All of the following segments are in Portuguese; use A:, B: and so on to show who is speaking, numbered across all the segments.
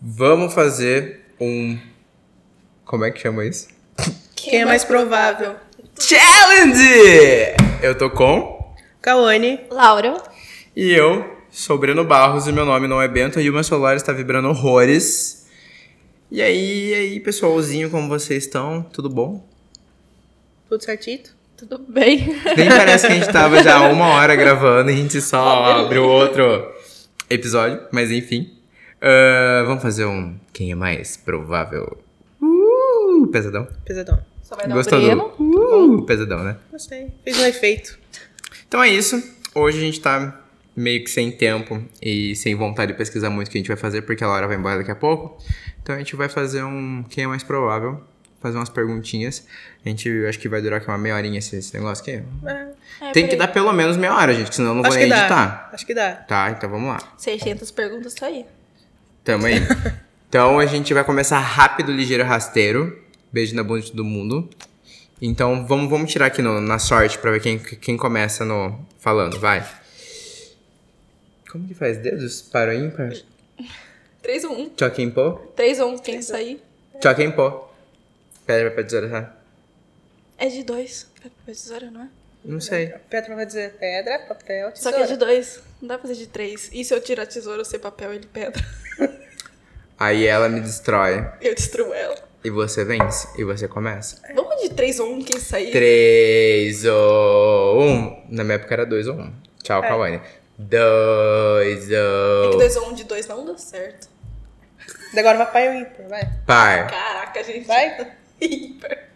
A: Vamos fazer um. Como é que chama isso?
B: Quem é mais provável?
A: Challenge! Eu tô com.
B: Kawane.
C: Laura.
A: E eu sou Breno Barros e meu nome não é Bento e o meu celular está vibrando horrores. E aí, e aí, pessoalzinho, como vocês estão? Tudo bom?
B: Tudo certito?
C: Tudo bem?
A: Nem parece que a gente tava já há uma hora gravando e a gente só abriu outro episódio, mas enfim. Ah, vamos fazer um quem é mais provável. Uh, pesadão.
B: Pesadão.
C: Só vai dar
A: Gostou
C: um
A: do...
C: Breno.
A: Uh, pesadão, né?
B: Gostei. Fez um efeito.
A: Então é isso. Hoje a gente tá meio que sem tempo e sem vontade de pesquisar muito o que a gente vai fazer, porque a Laura vai embora daqui a pouco. Então a gente vai fazer um quem é mais provável, fazer umas perguntinhas. A gente acho que vai durar aqui uma meia horinha esse, esse negócio aqui.
B: É,
C: É,
A: Tem que
C: peraí.
A: dar pelo menos meia hora, gente, senão eu não vou
B: acho que
A: nem
B: dá.
A: editar.
B: Acho que dá.
A: Tá, então vamos lá.
C: 600 perguntas, tá aí.
A: Tamo aí. então a gente vai começar rápido, ligeiro, rasteiro. Beijo na bunda de todo mundo. Então vamos, vamos tirar aqui no- na sorte pra ver quem, quem começa no falando, vai. Como que faz dedos? Para o ímpar?
C: 3 1 1.
A: Choque em pó?
C: 3 1 quem sair
A: Choque em pó. Pedra, papel, tesoura, tá?
C: é de 2. Papel tesoura, não é?
A: Não sei.
B: Pedra vai dizer pedra, papel,
C: Só
B: tesoura.
C: que é de 2. Não dá pra fazer de 3. E se eu tirar tesoura, eu ser papel, ele pedra.
A: Aí ela me destrói.
C: Eu destruo ela.
A: E você vence. E você começa.
C: Vamos de 3 1 quem sair
A: 3 ou 1. Na minha época era 2 ou 1. Tchau, é. Kawane. 2
C: É
A: ou
C: que 2 1 de 2 não dá certo.
B: Daí Agora vai pai o ímpar, vai.
A: Par.
C: Caraca, gente.
B: Vai?
C: Hiper.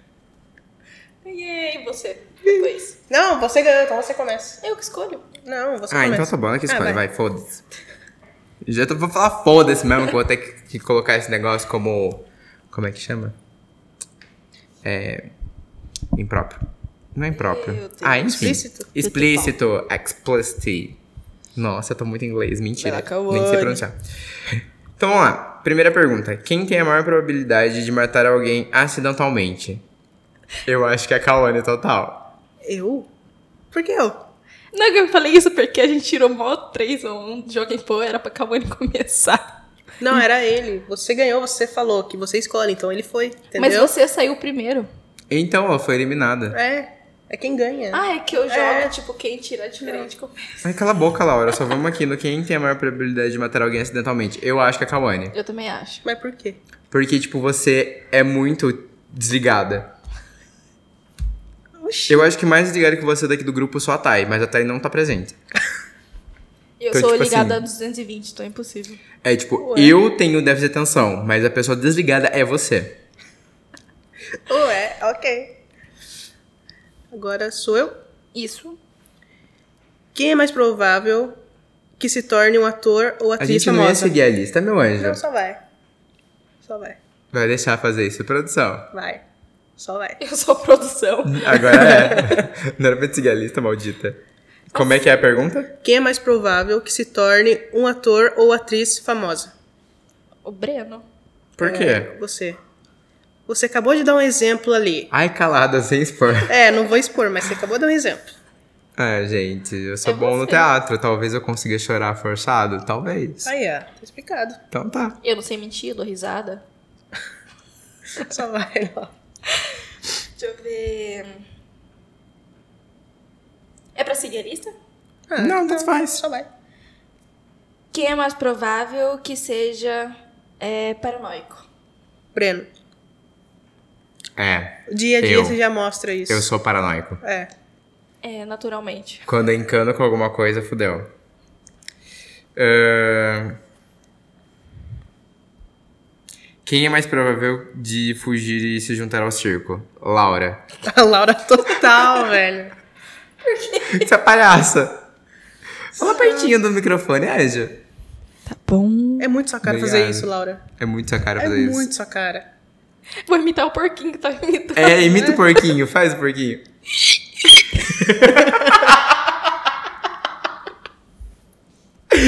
C: E aí, você? 2.
B: Não, você ganhou, então você começa.
C: Eu que escolho.
B: Não, você
A: Ah,
B: começa.
A: então tá bom, ela que
B: Ah,
A: escolhe, vai, foda-se. Já tô pra falar foda-se mesmo, que eu vou ter que, que colocar esse negócio como. Como é que chama? É. Impróprio. Não é impróprio.
C: Meu Deus.
A: Ah, enfim.
B: Explícito.
A: Explícito. Explicit. Nossa, eu tô muito em inglês, mentira.
B: Vai lá, Cauane.
A: Nem sei pronunciar. Então vamos lá. Primeira pergunta. Quem tem a maior probabilidade de matar alguém acidentalmente? Eu acho que é a Kawane total.
B: Eu? Por que eu?
C: Não, que eu falei isso porque a gente tirou mó 3 ou 1 de jogo em pô, era pra Kawane começar.
B: Não, era ele. Você ganhou, você falou que você escolhe, então ele foi, entendeu?
C: Mas você saiu primeiro.
A: Então, ela foi eliminada.
B: É, é quem ganha.
C: Ah, é que eu jogo,
B: É.
C: tipo, quem tira diferente começa.
A: Ai, cala a boca, Laura. Só vamos aqui no quem tem a maior probabilidade de matar alguém acidentalmente. Eu acho que é a Kawane.
C: Eu também acho.
B: Mas por quê?
A: Porque, tipo, você é muito desligada.
B: Oxi.
A: Eu acho que mais desligada que você daqui do grupo só a Thay, mas a Thay não tá presente.
C: E eu
A: Então,
C: sou
A: tipo
C: ligada
A: assim-
C: a 220, então é impossível.
A: É tipo,
B: Ué.
A: eu tenho déficit de atenção, mas a pessoa desligada é você.
B: Ué, oh, é, ok. Agora sou eu.
C: Isso.
B: Quem é mais provável que se torne um ator ou
A: A
B: atriz
A: gente não é ia
B: famosa?
A: seguir a lista, meu anjo.
B: Não, só vai. Só vai.
A: Vai deixar fazer isso, produção.
B: Vai. Só vai.
C: Eu sou produção.
A: Agora é. não era pra te seguir a lista, maldita. Como é que é a pergunta?
B: Quem é mais provável que se torne um ator ou atriz famosa?
C: o Breno.
B: É.
A: Por quê?
B: Você. Você acabou de dar um exemplo ali.
A: Ai, calada, sem expor.
B: É, não vou expor, mas você acabou de dar um exemplo.
A: Ah, gente, eu sou
C: É
A: bom no
C: você.
A: teatro. Talvez eu consiga chorar forçado. Talvez.
B: Aí, ó. Tá explicado.
A: Então tá.
C: Eu não sei mentir, dou risada.
B: Só vai lá.
C: Deixa eu ver. É pra seguir a lista?
B: Ah,
A: não, tanto faz.
B: Só vai.
C: Quem é mais provável que seja é, paranoico?
B: Breno,
A: É,
B: o dia a dia
A: Eu.
B: você já mostra isso.
A: eu sou paranoico.
B: É.
C: É, naturalmente.
A: Quando eu encano com alguma coisa, fudeu. Ahn. Quem é mais provável de fugir e se juntar ao circo? Laura.
B: A Laura total, velho.
A: Você é palhaça. Fala pertinho do microfone, Edja.
C: Tá bom.
B: É muito sua cara
A: Obrigado.
B: fazer isso, Laura.
A: É muito sua cara
B: É
A: fazer
B: muito
A: isso.
B: sua cara.
C: Vou imitar o porquinho que tá imitando.
A: É, imita o porquinho. Faz o porquinho.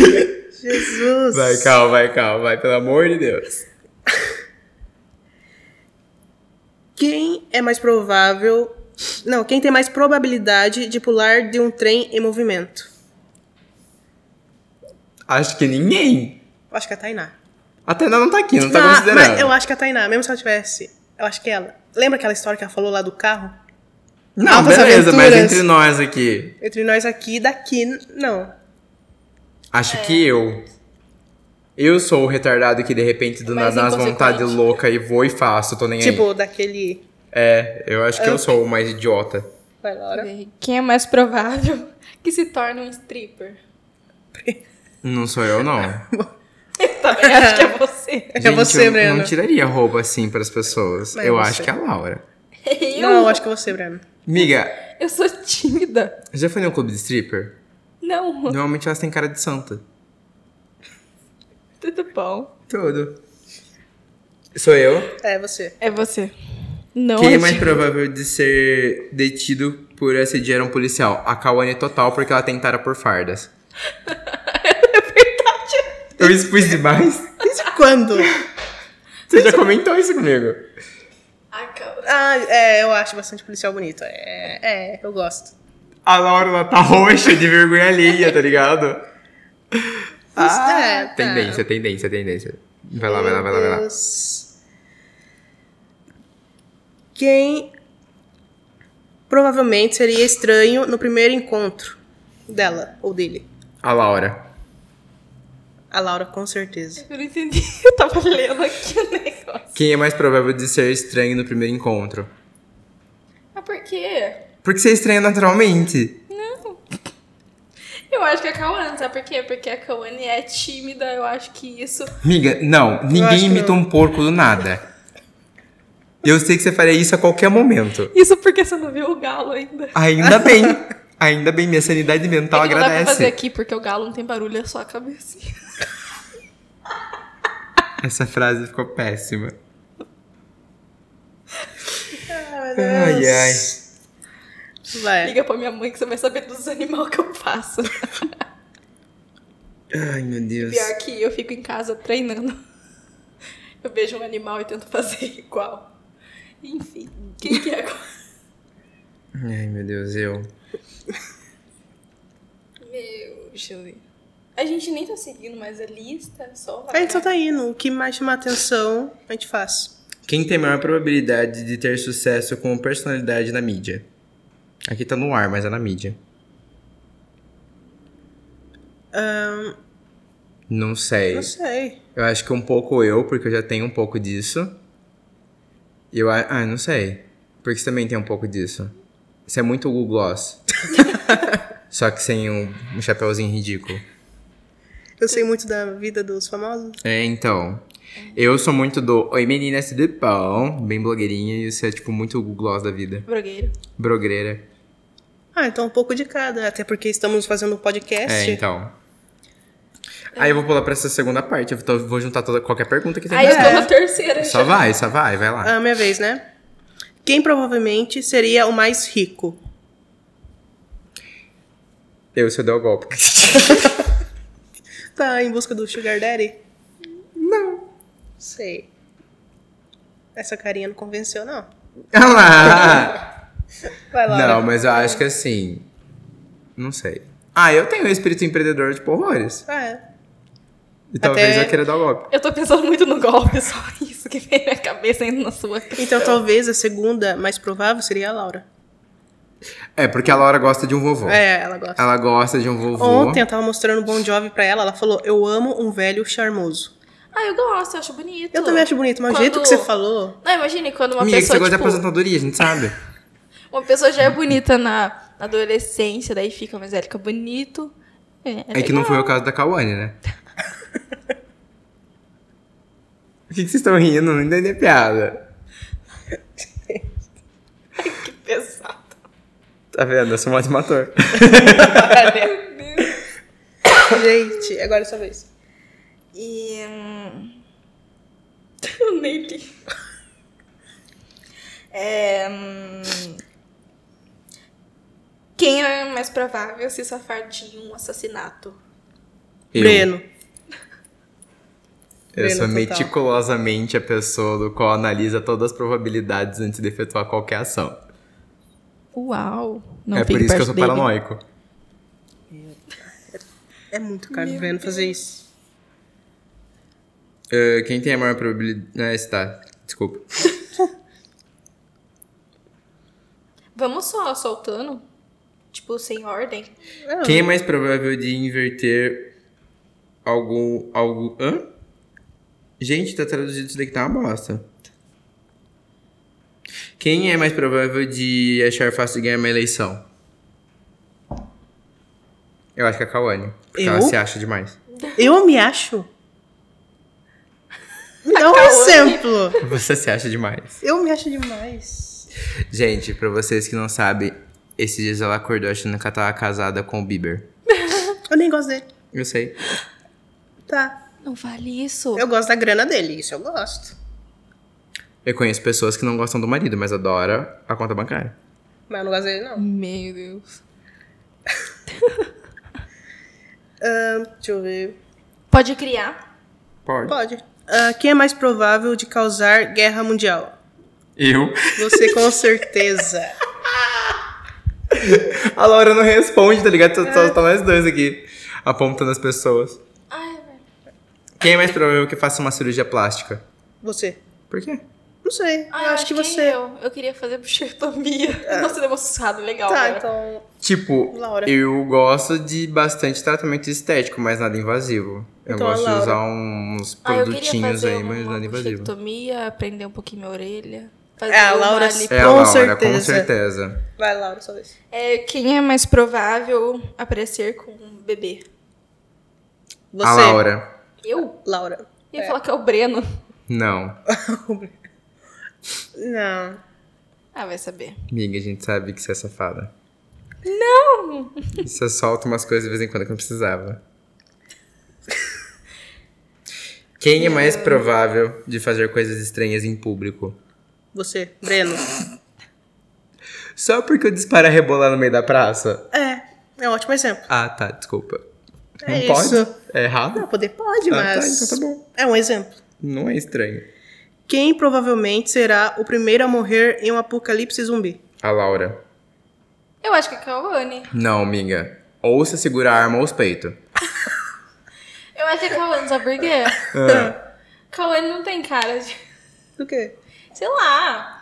B: Jesus.
A: Vai, Cal, vai, Cal. Vai, pelo amor de Deus.
B: Quem é mais provável. Não, quem tem mais probabilidade de pular de um trem em movimento?
A: Acho que ninguém.
B: Eu acho que é a Tainá.
A: A Tainá não tá aqui, não tá
B: Ah,
A: considerando.
B: mas eu acho que é a Tainá, mesmo se ela tivesse. Eu acho que é ela. Lembra aquela história que ela falou lá do carro?
A: Não,
B: Altas
A: beleza, mas
B: aventuras.
A: entre nós aqui.
B: Entre nós aqui e daqui, n- não.
A: Acho
B: É.
A: que eu. Eu sou o retardado que de repente do
C: Mais
A: nada nas vontades
C: inconsequente.
A: louca e vou e faço, tô nem aí.
B: Tipo, daquele.
A: É, eu acho que eu sou o mais idiota.
B: Vai, Laura.
C: Quem é mais provável que se torne um stripper?
A: Não sou eu, não.
C: Eu também acho que é você.
B: É você,
A: eu
B: Breno.
A: não tiraria roupa assim pras pessoas.
B: Mas
A: eu
B: você.
A: acho que é a Laura.
C: Eu,
B: Não, eu acho que é você, Breno.
A: Miga,
C: eu sou tímida.
A: já foi num clube de stripper?
C: Não,
A: Normalmente elas têm cara de santa.
C: tudo bom.
A: Tudo. Sou eu?
B: É você.
C: É você. Não,
B: Então,
A: Quem é
C: eu
A: mais
C: digo-
A: provável de ser detido por assediar um policial? A Kawane total, porque ela tem tara por fardas.
C: É verdade.
A: Eu expus demais?
B: Desde é quando?
A: Você já comentou isso comigo?
B: Ah, é, eu acho bastante policial bonito. É, é, eu gosto.
A: A Laura, ela tá roxa de vergonha alheia, tá ligado? Ah,
B: é, tá.
A: Tendência, tendência, tendência. Vai lá, vai lá, vai lá, vai lá.
B: Deus. Quem provavelmente seria estranho no primeiro encontro dela ou dele?
A: A Laura.
B: A Laura, com certeza.
C: Eu não entendi. Eu tava lendo aqui o negócio.
A: Quem é mais provável de ser estranho no primeiro encontro?
C: Ah, por quê?
A: Porque você é estranho naturalmente.
C: Eu acho que é a Kawane, sabe por quê? Porque a Kawane é tímida, eu acho que isso.
A: Miga, não,
B: acho que
A: ninguém imita
B: não.
A: um porco do nada. Eu sei que você faria isso a qualquer momento.
C: Isso porque você não viu o galo ainda.
A: Ainda bem. Ainda bem, minha sanidade mental
C: é que não dá pra fazer
A: Então agradece.
C: aqui porque o galo não tem barulho, é só a cabecinha.
A: Essa frase ficou péssima. Ai, ai.
B: Vai.
C: Liga pra minha mãe que você vai saber dos animais que eu faço.
A: Ai, meu Deus.
C: Pior que eu fico em casa treinando. Eu vejo um animal e tento fazer igual. Enfim, quem que é agora?
A: Ai, meu Deus, eu.
C: Meu, deixa eu ver. A gente nem tá seguindo mais a lista, só
B: A gente só tá indo. O que mais chama atenção, a gente faz.
A: Quem tem maior probabilidade de ter sucesso com personalidade na mídia? Aqui tá no ar, mas é na mídia. Não sei.
B: Não sei.
A: Eu acho que um pouco eu, porque eu já tenho um pouco disso. E eu. a- Ah, não sei. Porque você também tem um pouco disso. Você é muito Google Gloss. Só que sem um, um chapéuzinho ridículo.
B: Eu sei muito da vida dos famosos.
A: É, então. Eu sou muito do Oi meninas, tudo bom? Bem blogueirinha, e você é tipo muito Google Gloss da vida.
C: Brogueiro.
A: Brogreira.
B: Ah, então um pouco de cada. Até porque estamos fazendo um
A: É,
B: podcast.
A: então. Aí eu vou pular pra essa segunda parte. Eu tô- vou juntar toda, qualquer pergunta que tem
C: Aí eu
B: É.
A: nessa.
C: tô na terceira.
A: Só
C: já.
A: vai, só vai, vai lá.
B: Ah, minha vez, né? Quem provavelmente seria o mais rico?
A: Eu, se eu der o golpe.
B: Tá em busca do Sugar Daddy? Não. Sei. Essa carinha não convenceu, não.
A: Olha lá!
B: Vai lá.
A: Não, mas eu acho que assim. Não sei. Ah, eu tenho um espírito empreendedor de horrores.
B: Ah, é.
A: E talvez
B: Até-
A: eu queira dar o golpe.
C: Eu tô pensando muito no golpe, só isso que vem na minha cabeça indo na sua.
B: Então talvez a segunda mais provável seria a Laura.
A: É, porque a Laura gosta de um vovô.
B: É, ela gosta.
A: Ela gosta de um vovô.
B: Ontem eu tava mostrando o Bon Jovi pra ela, ela falou, eu amo um velho charmoso.
C: Ah, eu gosto, eu acho bonito.
B: Eu também acho bonito, mas o
C: Quando-
B: jeito que você falou...
C: Não, imagine quando uma
A: Amiga, que você
C: pessoa.
A: gosta de
C: tipo,
A: aposentadoria, a gente sabe.
C: Uma pessoa já é bonita na na adolescência, daí fica, mas ela fica bonito.
A: É, que não foi o caso da Kawane, né? Por que, que vocês estão rindo? Não entendi a piada.
C: legal. Que pesado.
A: Tá vendo? Eu sou um ótimo ator.
B: Gente, agora é sua vez.
C: E. hum, Eu nem li. É, hum, Quem é mais provável se safar de um assassinato?
A: Eu,
B: Breno.
A: eu sou
B: Breno, total.
A: meticulosamente a pessoa do qual analisa todas as probabilidades antes de efetuar qualquer ação.
C: Uau! Não
A: é por
C: fique
A: isso que eu
C: perto
A: sou
C: dele.
A: paranoico.
B: É muito caro o Breno fazer isso.
A: Eh, quem tem a maior probabilidade. Ah, tá. Desculpa.
C: Vamos só soltando? Tipo, sem ordem?
B: Não,
A: Quem é mais provável de inverter algum. algum. Hã? Gente, tá traduzido isso daqui, tá uma bosta. Quem é mais provável de achar fácil ganhar uma eleição? Eu acho que é a Kawane. Porque
B: Eu?
A: ela se acha demais.
B: Eu me acho. Me dá um
C: Acabou.
B: exemplo.
A: Você se acha demais.
B: Eu me acho demais.
A: Gente, pra vocês que não sabem, esses dias ela acordou achando que ela tava casada com o Bieber.
B: Eu nem gosto dele.
A: Eu sei.
B: Tá.
C: Não vale isso.
B: Eu gosto da grana dele, isso eu gosto.
A: Eu conheço pessoas que não gostam do marido, mas adoram a conta bancária.
B: Mas eu não gosto dele, não.
C: Meu Deus.
B: Ahn, deixa eu ver.
C: Pode criar.
A: Pode.
B: Pode. Ah, quem é mais provável de causar guerra mundial?
A: Eu.
B: Você com certeza.
A: A Laura não responde, tá ligado? Só, só tá nós dois aqui apontando as pessoas.
C: Ai, velho.
A: Quem é mais provável que faça uma cirurgia plástica?
B: Você.
A: Por quê?
B: Não sei.
C: Ai,
B: Ah, eu acho que é você.
C: Ah,
B: É.
C: Eu. eu queria fazer bochectomia. Nossa, deu uma sussada legal.
B: Tá,
C: cara.
B: então.
A: Tipo,
B: Laura.
A: eu gosto de bastante tratamento estético, mas nada invasivo. Eu
B: Então, a
A: gosto de
B: Laura.
A: usar uns
C: Ah, eu queria
A: produtinhos
C: fazer
A: aí, mas é
C: uma
A: nada invasivo.
C: bochectomia, prender um pouquinho minha orelha. Fazer
B: É, a
C: uma
B: Laura-
C: lip-
A: É a
B: Com
A: Laura, com
B: certeza.
A: certeza.
B: Vai, Laura, só isso.
C: É, quem é mais provável aparecer com um bebê?
B: Você.
A: A Laura.
C: Eu?
B: Laura.
C: Ia
B: É.
C: falar que é o Breno.
A: Não.
B: Não.
C: Ah, vai saber.
A: Amiga, a gente sabe que você é safada.
C: Não!
A: Você solta umas coisas de vez em quando que não precisava. Quem é mais provável de fazer coisas estranhas em público?
B: Você. Breno.
A: Só porque eu disparo a rebolar no meio da praça?
B: É. É um ótimo exemplo.
A: Ah, tá, desculpa.
B: É
A: não
B: isso.
A: pode? É errado?
B: Não, poder pode,
A: Ah, tá,
B: mas.
A: então tá bom.
B: É um exemplo.
A: Não é estranho.
B: Quem provavelmente será o primeiro a morrer em um apocalipse zumbi?
A: A Laura.
C: Eu acho que é a Kawane.
A: Não, amiga. Ou você segura a arma ou os peitos.
C: Eu acho que é a Kawane, sabe por quê?
A: Ah,
C: Kawane não tem cara de...
B: Do quê?
C: Sei lá.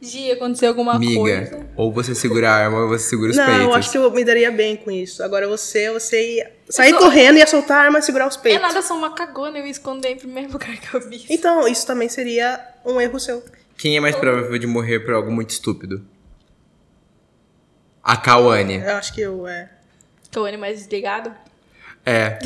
C: De acontecer alguma coisa. É
A: amiga. Ou você segura a arma ou você segura os
B: não, eu
A: peitos.
B: acho que eu me daria bem com isso. Agora você, você ia sair
C: sou-
B: correndo, ia soltar a arma e segurar os
C: É
B: peitos.
C: nada, só uma cagona. Eu ia esconder em primeiro lugar que eu vi.
B: Então, isso também seria um erro seu.
A: Quem é mais provável de morrer por algo muito estúpido? A Kawane.
B: Eu acho que eu é.
C: Kawane mais desligado.
A: É.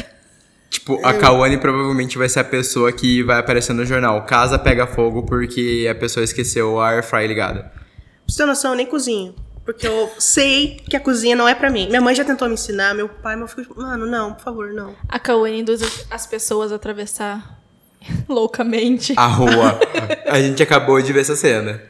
A: Tipo, a Kawane provavelmente vai ser a pessoa que vai aparecer no jornal. Casa pega fogo porque a pessoa esqueceu a air fry ligada.
B: Pra você ter noção, eu nem cozinho. Porque eu sei que a cozinha não é pra mim. Minha mãe já tentou me ensinar, meu pai, mas eu fico, tipo, mano, não, por favor, não.
C: A Kawane induz as pessoas a atravessar loucamente.
A: A rua. a gente acabou de ver essa cena.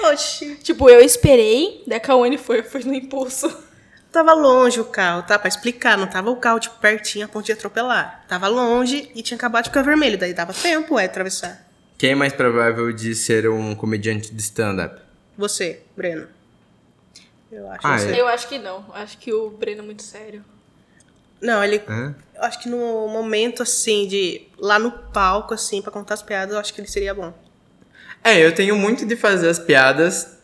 B: Oxi.
C: Tipo, eu esperei, daí a Kawane foi, foi no impulso.
B: Tava longe o carro, tá? Pra explicar, não tava o carro, tipo, pertinho, a ponto de atropelar. Tava longe e tinha acabado de ficar vermelho, daí dava tempo, é, atravessar.
A: Quem é mais provável de ser um comediante de stand-up?
B: Você, Breno. Eu acho
A: Ah,
B: você.
A: É.
C: Eu acho que não. Acho que o Breno é muito sério.
B: Não, ele.
A: Hã?
B: Eu acho que no momento, assim, de. Lá no palco, assim, pra contar as piadas, eu acho que ele seria bom.
A: É, eu tenho muito de fazer as piadas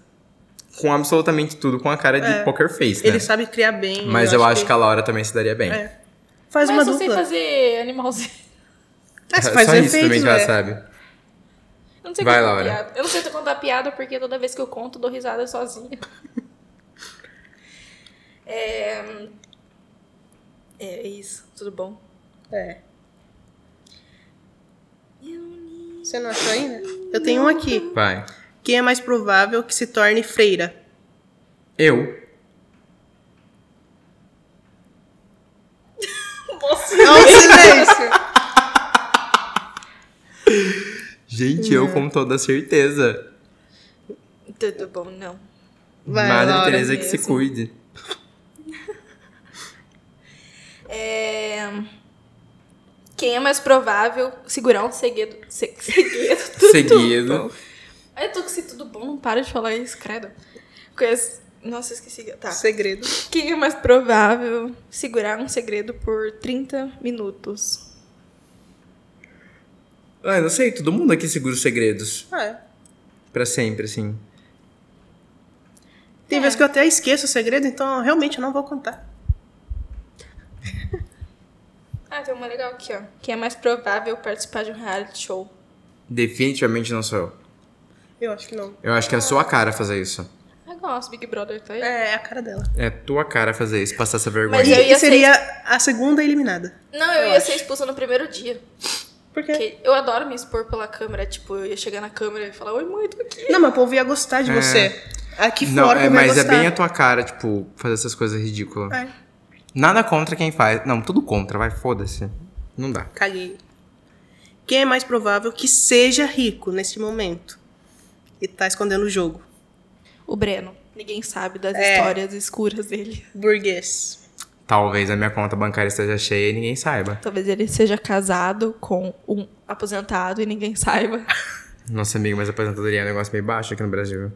A: com absolutamente tudo, com a cara de poker face, né?
B: Ele sabe criar bem.
A: Mas eu, Hum, acho que... a Laura também se daria bem.
B: É. Faz uma
C: Mas eu só sei
B: dupla.
C: fazer animalzinho.
B: Ah, você faz
A: É, Só isso também
B: efeitos,
A: que ela
B: né?
A: sabe.
C: Eu não sei
A: Vai,
C: contar
A: Laura.
C: piada. Eu não sei contar piada porque toda vez que eu conto, eu dou risada sozinha. É... é isso. Tudo bom?
B: É. Você não achou ainda? Eu tenho um aqui.
A: Vai.
B: Quem é mais provável que se torne freira?
A: Eu.
C: Nossa,
B: Não, É um silêncio!
A: Gente, eu com toda certeza.
C: tudo bom, não.
B: Vai,
A: Madre
B: Laura.
A: Teresa que se
C: mesmo.
A: cuide.
C: É... Quem é mais provável segurar um segredo? Se... Segredo? Tudo
A: Seguido.
C: bom. Ai, Eu tô com esse tudo bom, não para de falar isso, credo. Conheço... Nossa, esqueci. Tá.
B: Segredo.
C: Quem é mais provável segurar um segredo por 30 minutos?
A: Ah, eu não sei, todo mundo aqui segura os segredos.
B: Ah, é.
A: Pra sempre, assim.
C: É.
B: Tem vezes que eu até esqueço o segredo, então realmente eu não vou contar.
C: Ah, tem uma legal aqui, ó. Quem é mais provável participar de um reality show?
A: Definitivamente não sou eu.
B: Eu acho que não.
A: Eu acho que é a sua cara fazer isso.
C: Ah, nossa, Big Brother tá aí.
B: É, é a cara dela.
A: É tua cara fazer isso, passar essa vergonha.
C: Mas eu
B: E
C: ia ser-
B: seria a segunda eliminada.
C: Não, eu, É.
B: Eu
C: ia
B: acho.
C: ser expulsa no primeiro dia.
B: Por quê?
C: Porque eu adoro me expor pela câmera. Tipo, eu ia chegar na câmera e falar, oi, mãe, tô aqui.
B: Não, mas o povo ia gostar de
A: É.
B: você. Aqui
A: Não,
B: fora o
A: é,
B: povo ia
A: mas é
B: gostar. É,
A: bem a tua cara, tipo, fazer essas coisas ridículas.
B: Ai,
A: Nada contra quem faz. Não, tudo contra, vai, foda-se. Não dá.
B: caguei. Quem é mais provável que seja rico neste momento? E tá escondendo o jogo.
C: O Breno. Ninguém sabe das
B: É.
C: histórias escuras dele.
B: Burguês.
A: Talvez a minha conta bancária esteja cheia e ninguém saiba.
C: Talvez ele seja casado com um aposentado e ninguém saiba.
A: Nossa, amigo, mas a aposentadoria é um negócio meio baixo aqui no Brasil.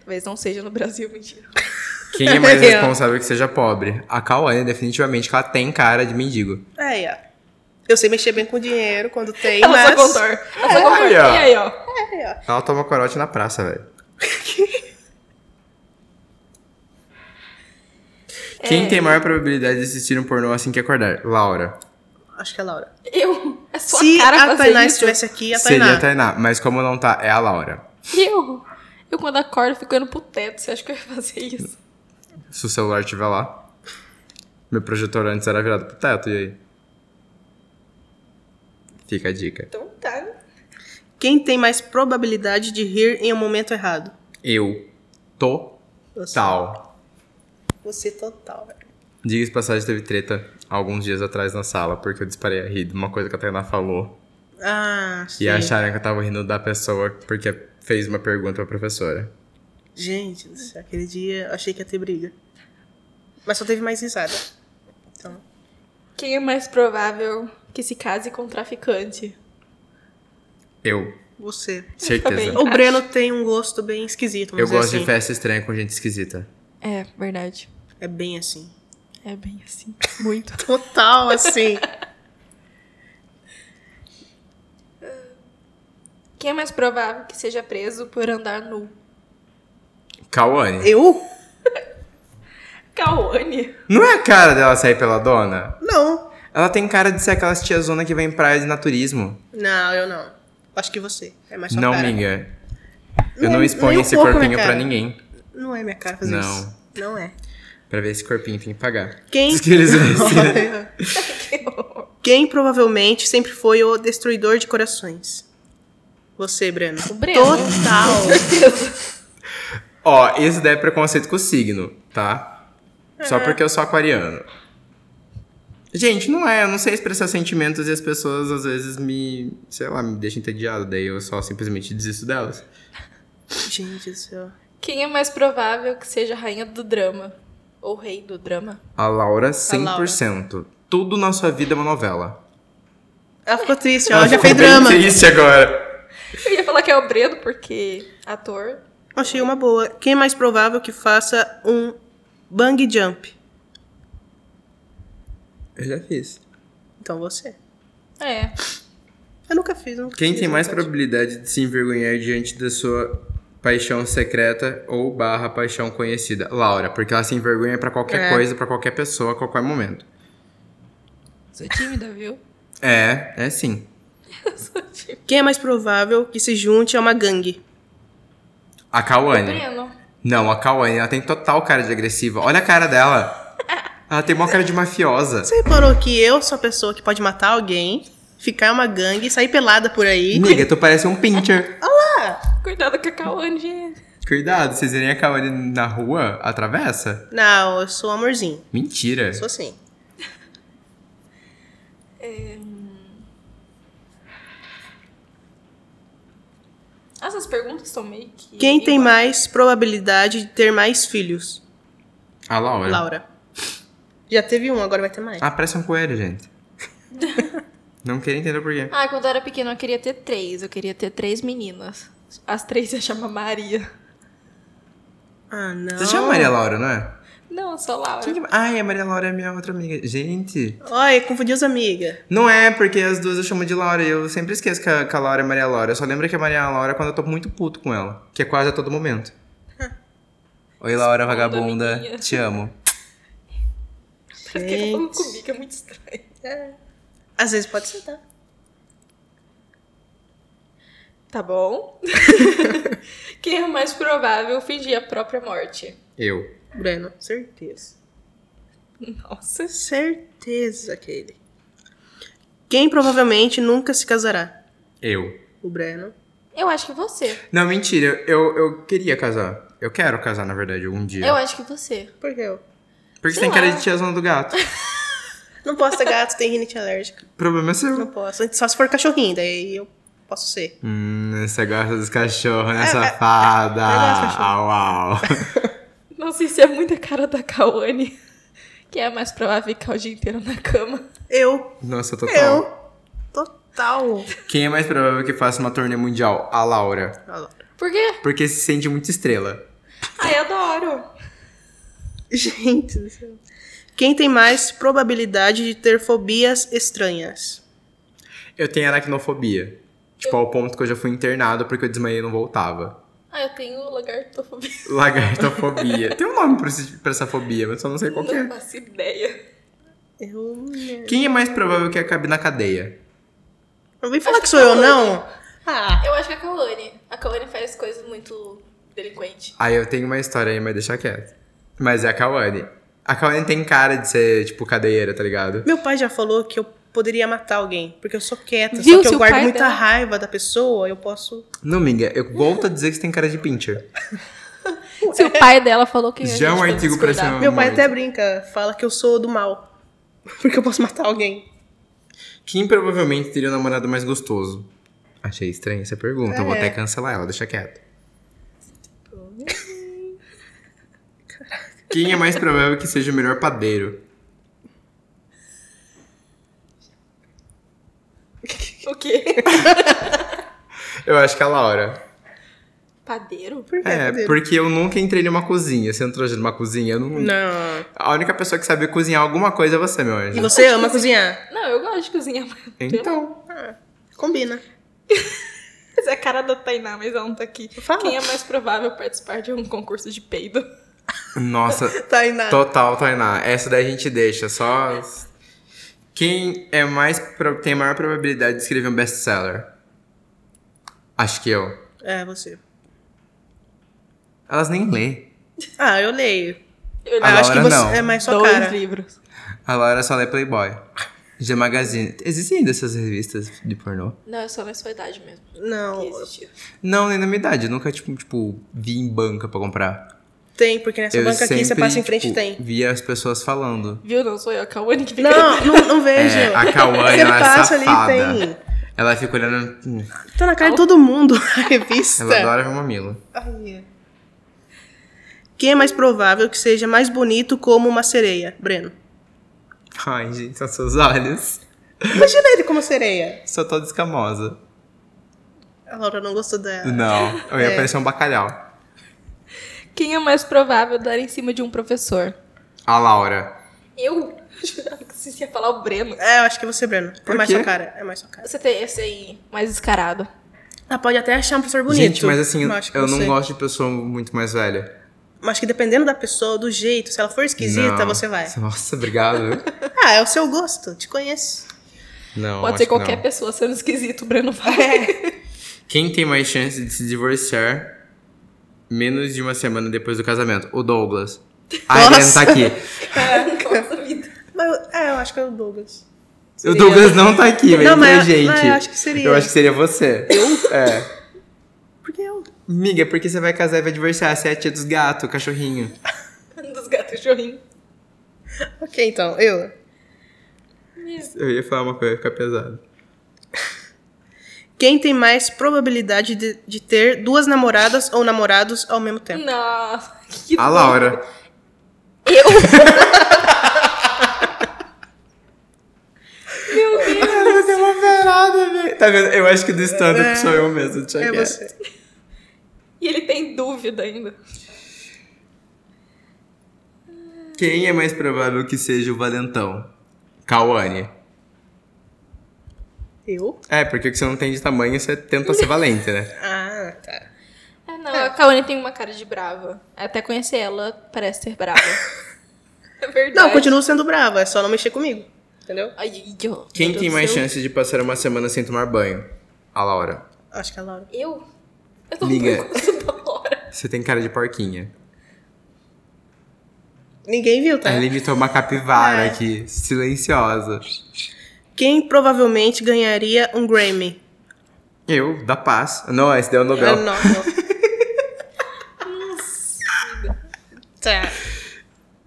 C: Talvez não seja no Brasil, mentira.
A: Quem é mais
B: Eu.
A: responsável que seja pobre? A Cauane, definitivamente, que ela tem cara de mendigo.
B: Aí, ó. Eu sei mexer bem com dinheiro quando tem,
C: Ela
B: mas...
C: só contor. Ela só
A: É,
C: contor.
A: aí,
C: E
A: ó.
C: aí, ó.
B: Aí, ó.
A: Ela toma corote na praça, velho.
B: É.
A: Quem tem maior probabilidade de assistir um pornô assim que acordar? Laura.
B: Acho que é a Laura.
C: Eu. É sua
B: Se
C: cara
B: a
C: fazer
B: Tainá
C: isso.
B: estivesse aqui, a
A: Seria
B: Tainá.
A: a Tainá, mas como não tá, é a Laura.
C: Eu. Eu quando acordo fico indo pro teto. Você acha que eu ia fazer isso?
A: Se o celular estiver lá. Meu projetor antes era virado pro teto, e aí? Fica a dica.
C: Então tá, né?
B: Quem tem mais probabilidade de rir em um momento errado?
A: Eu.
B: Você.
A: Total.
B: Você total, velho.
A: Diga-se de passagem, teve treta alguns dias atrás na sala, porque eu disparei a rir de uma coisa que a Tainá falou.
B: Ah, sim.
A: E acharam que eu tava rindo da pessoa porque fez uma pergunta pra professora.
B: Gente, do céu, aquele dia eu achei que ia ter briga. Mas só teve mais risada. Então,
C: Quem é mais provável que se case com um traficante?
A: Eu.
B: você.
A: Certeza.
C: também.
B: O Breno tem um gosto bem esquisito,
A: Eu
B: vamos Tá dizer
A: gosto
B: assim.
A: de festa estranha com gente esquisita.
C: É, verdade.
B: É bem assim.
C: É bem assim. Muito.
B: Total assim.
C: Quem é mais provável que seja preso por andar nu?
A: Cauane.
B: eu?
C: Cauane.
A: Não é a cara dela sair pela dona?
B: Não.
A: Ela tem cara de ser aquelas tiazona que vem em praia de naturismo.
B: Não, eu não. Acho que você. É mais sua
A: não,
B: cara.
A: minha. Eu
B: Não
A: não
B: é-
A: exponho
B: nem um
A: esse
B: pouco
A: corpinho
B: minha
A: pra
B: cara.
A: ninguém.
B: Não é minha cara fazer
A: Não.
B: isso. Não é.
A: Pra ver esse corpinho tem que pagar.
B: Quem...
A: Diz que eles vencem.
B: Quem provavelmente sempre foi o destruidor de corações? Você, Breno.
C: O Breno.
B: Total.
C: Certeza.
A: Ó, isso daí é preconceito com o signo, tá?
B: É.
A: Só porque eu sou aquariano. Gente, não é, eu não sei expressar sentimentos e as pessoas às vezes me, sei lá, me deixam entediado, daí eu só simplesmente desisto delas.
B: Gente do céu.
C: Quem é mais provável que seja a rainha do drama? Ou rei do drama?
A: A Laura,
B: A Laura.
A: 100%. Tudo na sua vida é uma novela.
B: Ela ficou triste,
A: Ela
B: ela já
A: ficou
B: fez
A: bem
B: drama.
A: triste agora.
C: Eu ia falar que é o Breno, porque ator.
B: Achei uma boa. Quem é mais provável que faça um bang jump?
A: Eu já fiz.
B: Então você.
C: É.
B: Eu nunca fiz. Nunca
A: Quem
B: fiz, um
A: tem
B: não
A: mais
B: pode.
A: probabilidade de se envergonhar diante da sua paixão secreta ou barra paixão conhecida? Laura, porque ela se envergonha pra qualquer
B: É.
A: coisa, pra qualquer pessoa, a qualquer momento.
C: Sou tímida, viu?
A: É, é sim.
C: Sou tímida.
B: Quem é mais provável que se junte a uma gangue?
A: A Kawane.
C: Breno.
A: Não, a Kawane, ela tem total cara de agressiva. Olha a cara dela. Ela tem uma cara de mafiosa.
B: Você reparou que eu sou a pessoa que pode matar alguém, ficar em uma gangue, sair pelada por aí?
A: Miga, tu parece um pincher.
C: Cuidado com a Cauane, gente.
A: Cuidado, vocês verem a Kawane na rua, atravessa.
B: Não, eu sou amorzinho.
A: Mentira.
B: Eu sou assim.
C: Essas perguntas estão meio que.
B: Quem tem mais probabilidade de ter mais filhos?
A: A Laura.
B: Laura. Já teve um, agora vai ter mais.
A: Ah, parece um coelho, gente. Não queria entender por quê.
C: Ah, quando eu era pequena eu queria ter três. Eu queria ter três meninas. As três se chama Maria.
B: Ah, não.
A: Você chama Maria Laura, não é?
C: Não, eu sou Laura.
A: Quem que- Ai, a Maria Laura é minha outra amiga. Gente.
B: Olha, confundiu as amigas.
A: Não é, porque as duas eu chamo de Laura. E eu sempre esqueço que a, que a Laura é Maria Laura. Eu só lembro que a Maria Laura é quando eu tô muito puto com ela. Que é quase a todo momento. Oi, Laura vagabunda.
C: amiguinha.
A: Te amo.
C: Parece que ele falou
B: Gente.
C: comigo, é muito estranho.
B: Às vezes pode ser, tá?
C: Tá bom. Quem é mais provável fingir a própria morte?
A: Eu.
B: Breno, certeza.
C: Nossa.
B: Certeza que é ele. Quem provavelmente nunca se casará?
A: Eu.
B: O Breno.
C: Eu acho que você.
A: Não, mentira. Eu, eu queria casar. Eu quero casar, na verdade, um dia.
C: Eu acho que você.
B: Por que eu?
A: Porque
C: sei
A: tem cara
C: lá.
A: de tiazona do gato.
B: Não posso ter gato, tem rinite alérgica.
A: O problema é seu.
B: Não posso. Só se for cachorrinho, daí eu posso ser.
A: Hum, você gosta dos cachorros, né,
B: É, é,
A: safada?
B: eu gosto de
A: Au,
B: cachorro.
A: au.
C: Nossa, isso é muita cara da Kawane. Quem é mais provável ficar o dia inteiro na cama?
B: Eu.
A: Nossa, total.
B: Eu. Total.
A: Quem é mais provável que faça uma turnê mundial? A Laura.
B: Olha lá.
C: Por quê?
A: Porque se sente muito estrela.
C: Ai, adoro.
B: Gente do céu. Quem tem mais probabilidade de ter fobias estranhas?
A: Eu tenho aracnofobia. Tipo, ao ponto que eu já fui internado porque eu desmaiei e não voltava.
C: Ah, eu tenho lagartofobia.
A: Lagartofobia. Tem um nome pra, esse- pra essa fobia, mas eu só não sei qual que
C: Não
A: é.
C: faço ideia.
B: Eu.
A: Quem é mais provável que acabe na cadeia?
B: Não vem falar que sou eu, não? Ah.
C: Eu acho que é a Kawane. A Kawane faz coisas muito delinquente.
A: Aí eu tenho uma história aí, mas deixa quieto. Mas é a Kawane. A Kawane tem cara de ser, tipo, cadeieira, tá ligado?
B: Meu pai já falou que eu poderia matar alguém, porque eu sou quieta,
C: Viu,
B: só que
C: seu
B: eu guardo
C: pai
B: muita
C: dela.
B: raiva da pessoa, eu posso.
A: Não, minga, eu volto a dizer que você tem cara de pincher.
C: Se o pai dela falou que. a
A: Já é um
C: gente pode
A: artigo pra
C: discordar.
A: chamar.
B: Meu pai
A: muito.
B: até brinca, fala que eu sou do mal, porque eu posso matar alguém.
A: Quem provavelmente teria o namorado mais gostoso? Achei estranha essa pergunta. Eu vou
B: É.
A: até cancelar ela, deixa quieto. Quem é mais provável que seja o melhor padeiro?
C: O quê?
A: Eu acho que é a Laura.
C: Padeiro?
B: Por quê?
A: É,
B: Cadê?
A: porque eu nunca entrei numa cozinha. Você entrou já numa cozinha? Eu não...
B: Não.
A: A única pessoa que sabe cozinhar alguma coisa é você, meu
B: E
A: anjo.
B: você ama cozinhar?
C: Não, eu gosto de cozinhar. mas
A: Então.
B: Ah, combina.
C: Essa é a cara da Tainá, mas ela não tá aqui.
B: Fala.
C: Quem é mais provável participar de um concurso de peido?
A: Nossa,
B: Tainá.
A: Total, Tainá. Essa daí a gente deixa, só. Quem é mais pro- tem a maior probabilidade de escrever um best-seller? Acho que eu.
B: É, você.
A: Elas nem lê.
B: Ah, eu leio.
C: Eu
A: A
B: Ah, eu acho que
A: Laura
B: você
A: não.
B: é mais sua
C: dois
B: cara.
C: livros.
A: A Laura só lê Playboy. G Magazine. Existem ainda essas revistas de pornô?
C: Não, é só na sua idade mesmo.
B: Não,
C: Que existia.
A: Não, nem na minha idade. Eu nunca, tipo, tipo, vi em banca pra comprar.
B: tem, porque nessa
A: eu
B: banca aqui você
A: sempre,
B: passa em frente e
A: tipo,
B: tem.
A: via as pessoas falando.
C: Viu? Não sou eu, a Kawane que fica.
B: Não, não, não vejo.
A: É, a Kawane,
B: Você
A: ela é
B: passa ali,
A: safada.
B: tem.
A: Ela fica olhando... hum,
B: Tá na cara de todo mundo a revista.
A: Ela adora ver mamilo.
B: Ai, é. Quem é mais provável que seja mais bonito como uma sereia? Breno.
A: Ai, gente, são seus olhos.
B: Imagina ele como sereia.
A: Sou toda escamosa.
B: A Laura não gostou dela.
A: Não, eu ia
B: É.
A: parecer um bacalhau.
C: Quem é mais provável dar em cima de um professor?
A: A Laura.
C: Eu jurava que você ia falar o Breno.
B: É, eu acho que você, Breno.
A: Por
B: é mais
A: quê?
B: sua cara. É mais sua cara.
C: Você tem esse aí mais descarado.
B: Ela pode até achar um professor bonito.
A: Gente, mas assim,
B: acho que
A: eu não
B: você-
A: gosto de pessoa muito mais velha.
B: Mas acho que dependendo da pessoa, do jeito, se ela for esquisita,
A: Não.
B: você vai.
A: Nossa, obrigado.
B: Ah, é o seu gosto. Te conheço.
A: não,
C: Pode
A: acho
C: ser
A: que
C: qualquer
A: não.
C: pessoa sendo esquisito, o Breno vai.
A: Quem tem mais chance de se divorciar menos de uma semana depois do casamento? O Douglas. A
B: Nossa.
A: Irene tá aqui.
C: Caraca, nossa vida.
B: Mas eu- é, eu acho que é o Douglas.
A: O
B: Seria-
A: Douglas não tá aqui, mas
B: Não,
A: ele é
B: mas-
A: gente.
B: mas eu acho que seria.
A: Eu acho que seria você. Eu? É.
B: Por que eu?
A: Miga, porque você vai casar e vai divorciar. Você é a tia dos gatos, cachorrinho.
C: Um Dos gatos chorrinhos.
B: Ok, então, eu.
A: Eu ia falar uma coisa, ia ficar pesado.
B: Quem tem mais probabilidade de, de ter duas namoradas ou namorados ao mesmo
C: É.
B: tempo?
C: Nossa, que
A: A Laura.
C: Eu? Meu Deus!
A: Cara, deu uma perada, velho. Tá vendo? Eu acho que do stand-up
B: É.
A: sou eu mesmo, deixa
B: É
A: quieto.
B: você.
C: E ele tem dúvida ainda.
A: Quem é mais provável que seja o valentão? Cauane.
B: Eu?
A: É, porque o que você não tem de tamanho, você tenta ser valente, né?
B: Ah, tá.
C: Ah, não, a Kaone tem uma cara de brava. Até conhecer ela, parece ser brava. é verdade.
B: Não, eu continuo sendo brava, é só não mexer comigo. Entendeu?
C: Ai, ai, ó,
A: Quem
C: meu
A: tem
C: Deus
A: mais
C: do céu.
A: chance de passar uma semana sem tomar banho? A Laura.
B: Acho que é a Laura.
C: Eu? Eu tô
A: Liga.
C: um pouco da hora.
A: Você tem cara de porquinha.
B: Ninguém viu, tá?
A: Ela imitou uma capivara
B: É.
A: aqui, silenciosa.
B: Quem provavelmente ganharia um Grammy?
A: Eu, da paz. Não, esse deu o Nobel.
B: Ah, não, não. tá.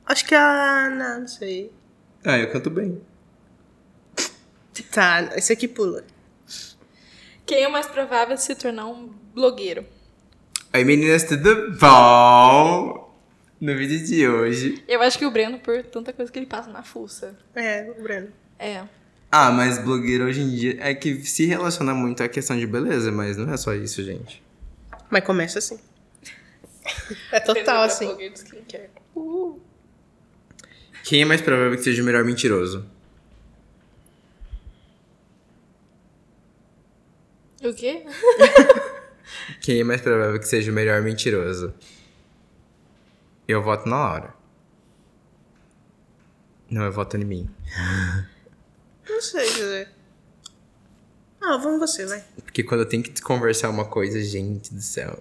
B: Acho que é a Ana, não sei.
A: Ah, eu canto bem.
B: Tá, esse aqui pula.
C: Quem é mais provável de se tornar um blogueiro?
A: Oi meninas, tudo bom? No vídeo de hoje.
C: Eu acho que o Breno, por tanta coisa que ele passa na fuça.
B: É, o Breno.
C: É.
A: Ah, mas blogueiro hoje em dia é que se relaciona muito à questão de beleza, mas não é só isso, gente.
B: Mas começa assim. É total
C: Breno é
B: assim.
C: Blogueiro de skincare.
A: Quem é mais provável que seja o melhor mentiroso?
C: O quê?
A: Quem é mais provável que seja o melhor mentiroso? Eu voto na Laura. Não, eu voto em mim.
B: Não sei dizer. Ah, vamos você, vai.
A: Porque quando eu tenho que conversar uma coisa, gente do céu.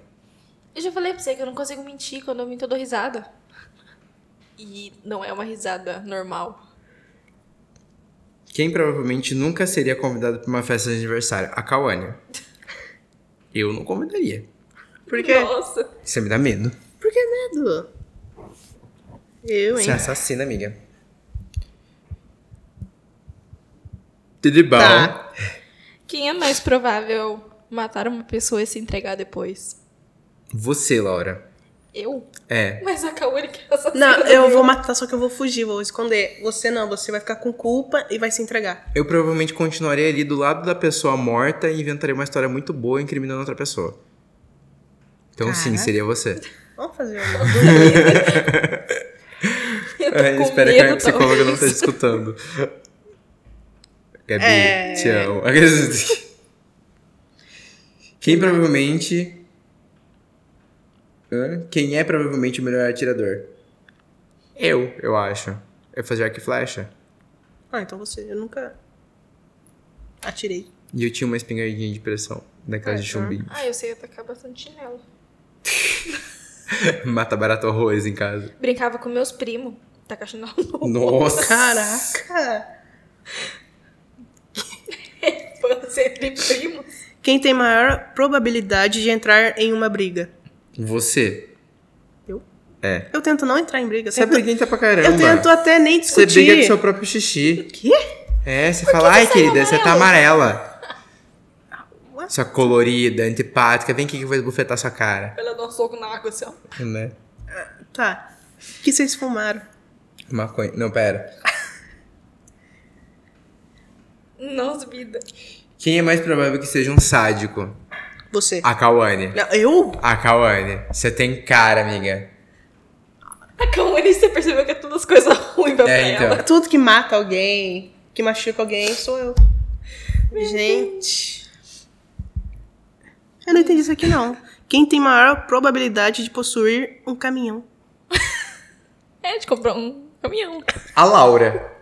C: Eu já falei pra você que eu não consigo mentir quando eu minto, eu dou risada. E não é uma risada normal.
A: Quem provavelmente nunca seria convidado pra uma festa de aniversário? A Kawane. Eu não convidaria.
B: Por quê?
C: Nossa.
A: Você me dá medo.
B: Por que medo? Eu, hein?
A: Você é assassina, amiga. Tudo bom?
B: Tá.
C: Quem é mais provável matar uma pessoa e se entregar depois?
A: Você, Laura.
C: Eu?
A: É.
C: Mas a Kaori que é assassina.
B: Não, eu vou matar, só que eu vou fugir, vou esconder. Você não, você vai ficar com culpa e vai se entregar.
A: Eu provavelmente continuaria ali do lado da pessoa morta e inventaria uma história muito boa incriminando outra pessoa. Então, sim,
B: Caraca.
A: seria você.
B: Vamos fazer uma.
C: Eu tô
B: É,
A: Ai,
C: com
A: espero É, que a minha
C: medo,
A: psicóloga não esteja
C: talvez.
A: escutando. Gabi,
B: É.
A: te amo. Quem provavelmente. Hã? Quem é provavelmente o melhor atirador? Eu, eu acho. Eu fazia arco e flecha.
B: Ah, então você, eu nunca atirei.
A: E eu tinha uma espingardinha de pressão daquela
B: Tá.
A: de chumbinho.
C: Ah, eu sei atacar bastante nela.
A: Mata barato arroz em casa.
C: Brincava com meus primos. Tá cachando
B: Oh,
A: Nossa!
B: Caraca!
C: sempre primos.
B: Quem tem maior probabilidade de entrar em uma briga?
A: Você.
B: Eu?
A: É.
B: Eu tento não entrar em briga.
A: Você é
B: sempre-
A: briguenta pra caramba.
B: eu tento até nem
A: Você
B: discutir.
A: briga com seu próprio xixi.
B: Quê?
A: É, você fala, ai querida, você tá amarela.
B: What?
A: Sua colorida, antipática, vem aqui que eu vou esbufetar sua cara.
C: Ela dá um soco na água assim, ó.
A: Né?
B: Tá. O que vocês fumaram?
A: Maconha. Não, pera.
C: Nossa, vida.
A: Quem é mais provável que seja um sádico?
B: Você.
A: A Kawane.
B: Não, eu?
A: A Kawane. Você tem cara, amiga.
C: A Kaori, você percebeu que é todas as coisas ruins pra
A: É,
C: ela.
A: então.
B: Tudo que mata alguém, que machuca alguém, sou eu. Gente. Eu não entendi isso aqui, não. Quem tem maior probabilidade de possuir um caminhão?
C: É, de comprar um caminhão.
A: A Laura.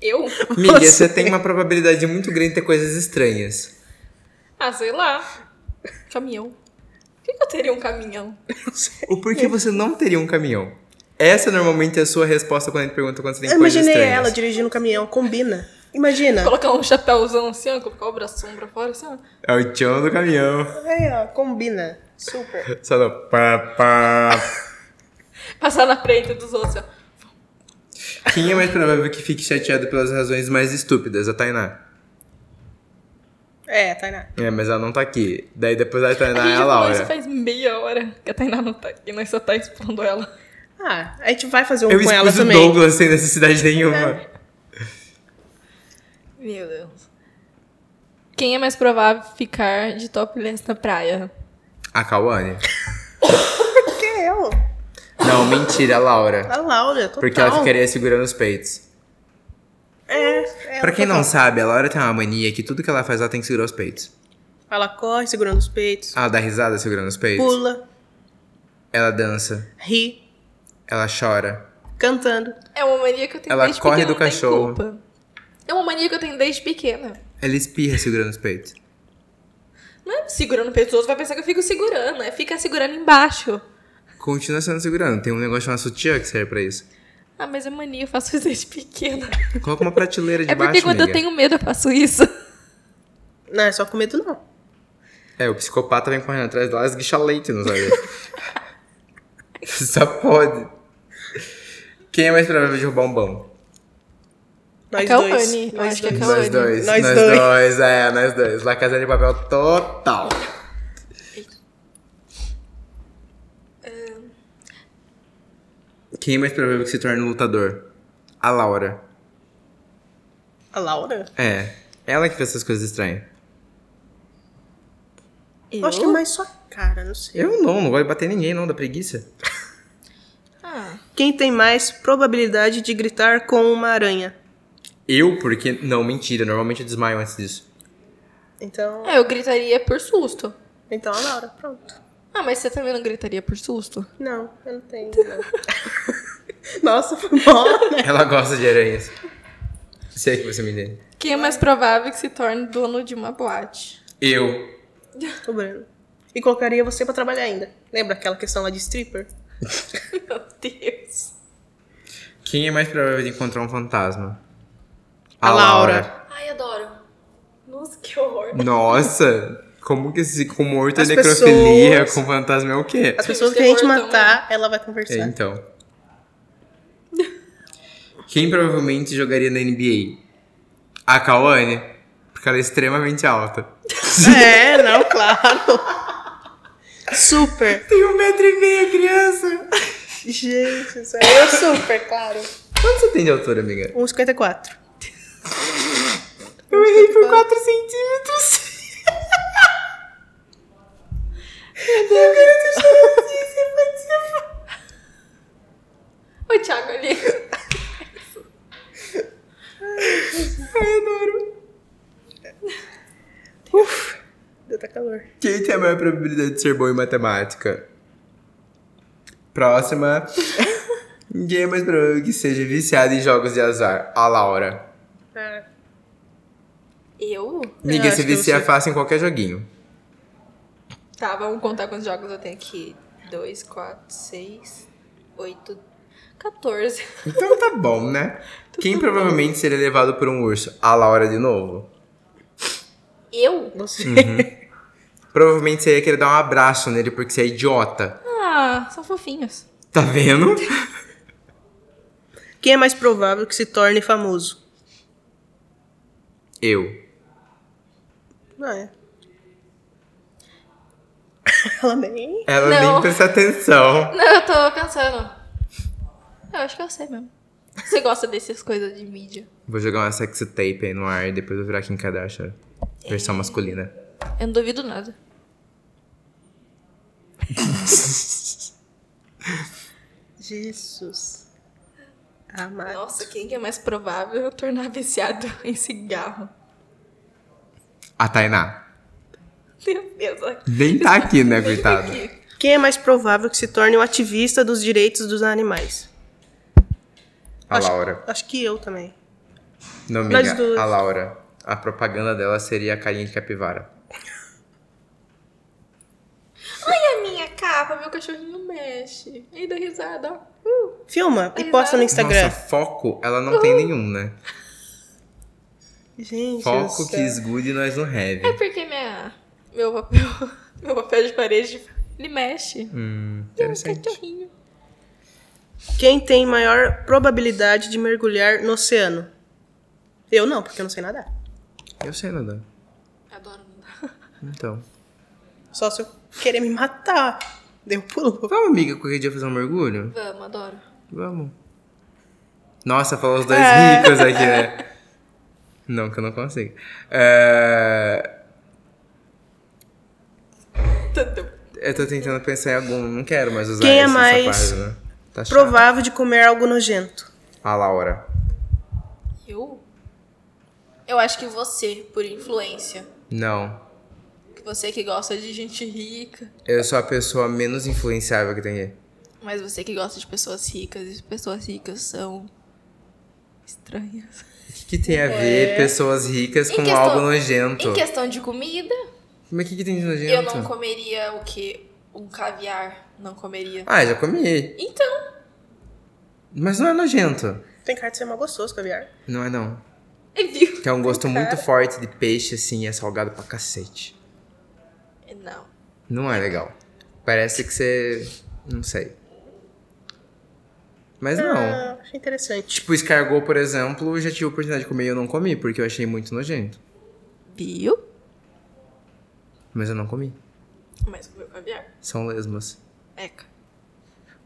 C: Eu?
A: Amiga,
B: Você.
A: você tem uma probabilidade muito grande de ter coisas estranhas.
C: Ah, sei lá. Caminhão. Por que, que eu teria um caminhão?
A: O porquê você não teria um caminhão? Essa normalmente é a sua resposta quando a gente pergunta quando você tem
B: Eu
A: coisas
B: imaginei
A: estranhas.
B: ela dirigindo um caminhão, combina. Imagina.
C: Colocar um chapéuzão assim, ó. Colocar o bração pra fora assim, ó.
A: É o tchão do caminhão.
B: Aí, ó, combina. Super.
A: Só não. Pá, pá.
C: Passar na frente dos outros, assim, ó.
A: Quem é mais provável que fique chateado pelas razões mais estúpidas? A Tainá.
B: É, Tainá.
A: É, mas ela não tá aqui. Daí depois da
C: A
A: Tainá
C: gente
A: é a
C: já falou isso
A: Laura.
C: faz meia hora que a Tainá não tá aqui, nós só tá expondo ela.
B: Ah, a gente vai fazer um
A: Eu
B: com ela
A: expus o
B: também.
A: Douglas sem necessidade nenhuma.
C: É. Meu Deus. Quem é mais provável ficar de topless na praia?
A: A Kawane.
B: Que eu?
A: Não, mentira, Laura.
B: A Laura, total.
A: Porque
C: tá.
A: ela ficaria segurando os peitos.
B: É, é,
A: Pra quem não
C: tá.
B: total.
A: sabe, a Laura tem uma mania que tudo que ela faz, ela tem que segurar os peitos.
B: Ela corre segurando os peitos,
A: Ela dá risada segurando os peitos.
B: pula,
A: Ela dança.
B: ri,
A: Ela chora.
B: cantando.
C: É uma mania que eu tenho
A: Ela
C: desde
A: corre
C: pequena.
A: do
C: não tem
A: cachorro.
C: culpa. É uma mania que eu tenho desde pequena.
A: Ela espirra segurando os peitos.
C: Não é segurando pessoas, vai pensar que eu fico segurando. É ficar segurando embaixo.
A: Continua sendo segurando. Tem um negócio chamado sutiã que serve pra isso.
C: Ah, mas é mania, eu faço isso desde pequena.
A: Coloca uma prateleira
C: É
A: debaixo,
C: porque quando eu
A: amiga.
C: tenho medo eu faço isso.
B: Não é só com medo, não.
A: É, o psicopata vem correndo atrás dela e esguicha leite nos olhos. Só pode. Quem é mais provável de roubar um banco?
B: Nós
C: É Kawane,
B: dois.
C: eu
B: Nós
C: acho que é
B: dois.
C: Kawane.
A: Nós dois.
B: Nós
A: nós
B: dois.
A: é, nós dois. La Casa de Papel total. Quem é mais provável que se torne um lutador? A Laura.
B: A Laura?
A: É. Ela que fez essas coisas estranhas.
B: Eu acho que é mais sua cara, não sei.
A: Eu não, não gosto de bater em ninguém, não, da preguiça.
C: Ah,
B: Quem tem mais probabilidade de gritar com uma aranha?
A: Eu, porque. Não, mentira. Normalmente eu desmaio antes disso.
B: Então,
C: é, eu gritaria por susto.
B: então a Laura, pronto.
C: Ah, mas você também não gritaria por susto?
B: Não, eu não tenho. não. Nossa, foi bola, né?
A: Ela gosta de aranhas. Sei que você me entende.
C: Quem é mais provável que se torne dono de uma boate?
A: Eu.
B: O Breno. E colocaria você pra trabalhar ainda. Lembra aquela questão lá de stripper?
C: Meu Deus.
A: Quem é mais provável de encontrar um fantasma?
B: A Laura.
C: Ai, adoro. Nossa, que horror.
A: Nossa! Como que se com morto é
B: As
A: necrofilia,
B: pessoas-
A: com fantasma é o quê?
B: As pessoas
C: de
B: que a gente
C: terror
B: matar, ela vai
A: É,
B: conversar.
A: então. Quem provavelmente jogaria na NBA? A Kawane, porque ela é extremamente alta.
B: É, não, claro. Super.
A: Tem um metro e meio, criança!
B: Gente, isso aí é super, claro.
A: Quanto você tem de altura, amiga?
B: 1,54.
A: Eu errei por 4 centímetros.
C: O Thiago ali.
B: É
A: Ai, adoro.
B: Uf, deu tá calor.
A: Quem tem é a maior probabilidade de ser bom em matemática? Próxima. Ninguém é mais provável que seja viciado em jogos de azar. A Laura.
B: Ah,
C: Eu?
A: Ninguém
B: acho
A: se
B: que eu
A: vicia
B: sei.
A: fácil em qualquer joguinho.
C: Tá, vamos contar quantos jogos eu tenho aqui. 2, 4, 6, 8, 14.
A: Então tá bom, né? Quem provavelmente seria levado por um urso? A Laura de novo.
C: Eu?
B: você.
A: Uhum. Provavelmente você ia querer dar um abraço nele porque você é idiota.
C: Ah, são fofinhos.
A: Tá vendo?
B: Quem é mais provável que se torne famoso?
A: Eu.
B: Ah, é. Ela nem.
A: Ela
C: Não.
A: nem presta atenção.
C: Não, eu tô pensando. Eu acho que eu sei mesmo. Você gosta dessas coisas de mídia?
A: Vou jogar uma sex tape aí no ar e depois vou virar Kim Kardashian. Versão masculina.
C: Eu não duvido nada.
B: Jesus. Ah, Amado.
C: Nossa, quem que é mais provável eu tornar viciado em cigarro?
A: A Tainá.
C: Meu Deus, olha aqui.
A: Nem tá aqui, né, coitada?
B: Quem é mais provável que se torne um ativista dos direitos dos animais?
A: A
B: Acho-
A: Laura.
B: Acho que eu também.
A: Não,
B: nós
A: amiga.
B: duas.
A: A Laura. A propaganda dela seria a carinha de capivara.
C: Olha a minha capa, meu cachorrinho mexe. Ei, dá risada, ó. Uh.
B: Filma e
C: Ai,
B: posta no
C: vai.
B: Instagram.
A: Nossa, foco, ela não tem nenhum, né?
B: Gente,
A: Foco
B: do
A: que
B: céu.
A: esgude nós no
C: É
A: heavy.
C: porque minha, meu papel, meu papel de parede, ele mexe.
B: tá
A: Hum,
C: É um
A: interessante.
C: cachorrinho.
B: Quem tem maior probabilidade de mergulhar no oceano? Eu não, porque eu não sei nadar.
A: Eu sei nadar.
C: Adoro mudar.
A: Então.
B: Só se eu querer me matar. Deu um pulo.
A: Vamos, amiga, qualquer dia fazer um mergulho?
C: Vamos, adoro.
A: Vamos. Nossa, falou os dois
C: É.
A: ricos aqui, né? Não, que eu não consigo. É,
C: Tudo.
A: Eu tô tentando pensar em algum, não quero mais usar
B: Quem é
A: essa, essa
B: mais
A: página. Tá chato.
B: Provável de comer algo nojento.
A: A Laura.
C: Eu? Eu acho que você, por influência.
A: Não.
C: que Você que gosta de gente rica.
A: Eu sou a pessoa menos influenciável que tem aqui.
C: Mas você que gosta de pessoas ricas. E pessoas ricas são estranhas.
A: O que, que tem a ver pessoas ricas
C: É. Em
A: com
C: questão-
A: algo nojento?
C: Em questão de comida,
A: Mas o que, que tem de nojento?
C: eu não comeria o quê? Um caviar. Não comeria.
A: Ah, já comi.
C: Então,
A: Mas não é nojento.
B: Tem cara de ser mal gostoso, caviar.
A: Não é não.
C: viu?
A: Tem um gosto muito forte de peixe, assim, e é salgado pra cacete.
C: Não.
A: Não é legal. Parece que você. Não sei. Mas não.
B: Ah, achei interessante.
A: Tipo, escargot, por exemplo, eu já tive a oportunidade de comer e eu não comi, porque eu achei muito nojento.
C: Viu?
A: Mas eu não comi.
C: Mas comeu caviar.
A: São lesmas.
C: Eca.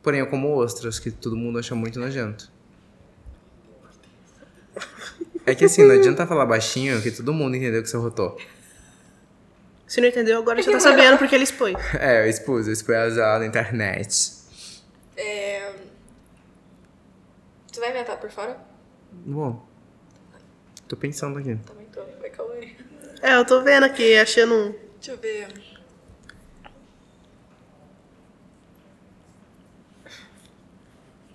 A: Porém, eu como ostras, que todo mundo acha muito nojento. É que assim, não adianta falar baixinho que todo mundo entendeu que você rotou.
B: Se não entendeu, agora já tá sabendo porque ele expôs.
A: É, eu expus, eu expus ela na internet.
C: Você É, vai inventar por fora?
A: Bom, tô pensando aqui.
C: Também tô. Vai, calma aí.
B: É, eu tô vendo aqui, achando um.
C: Deixa eu ver.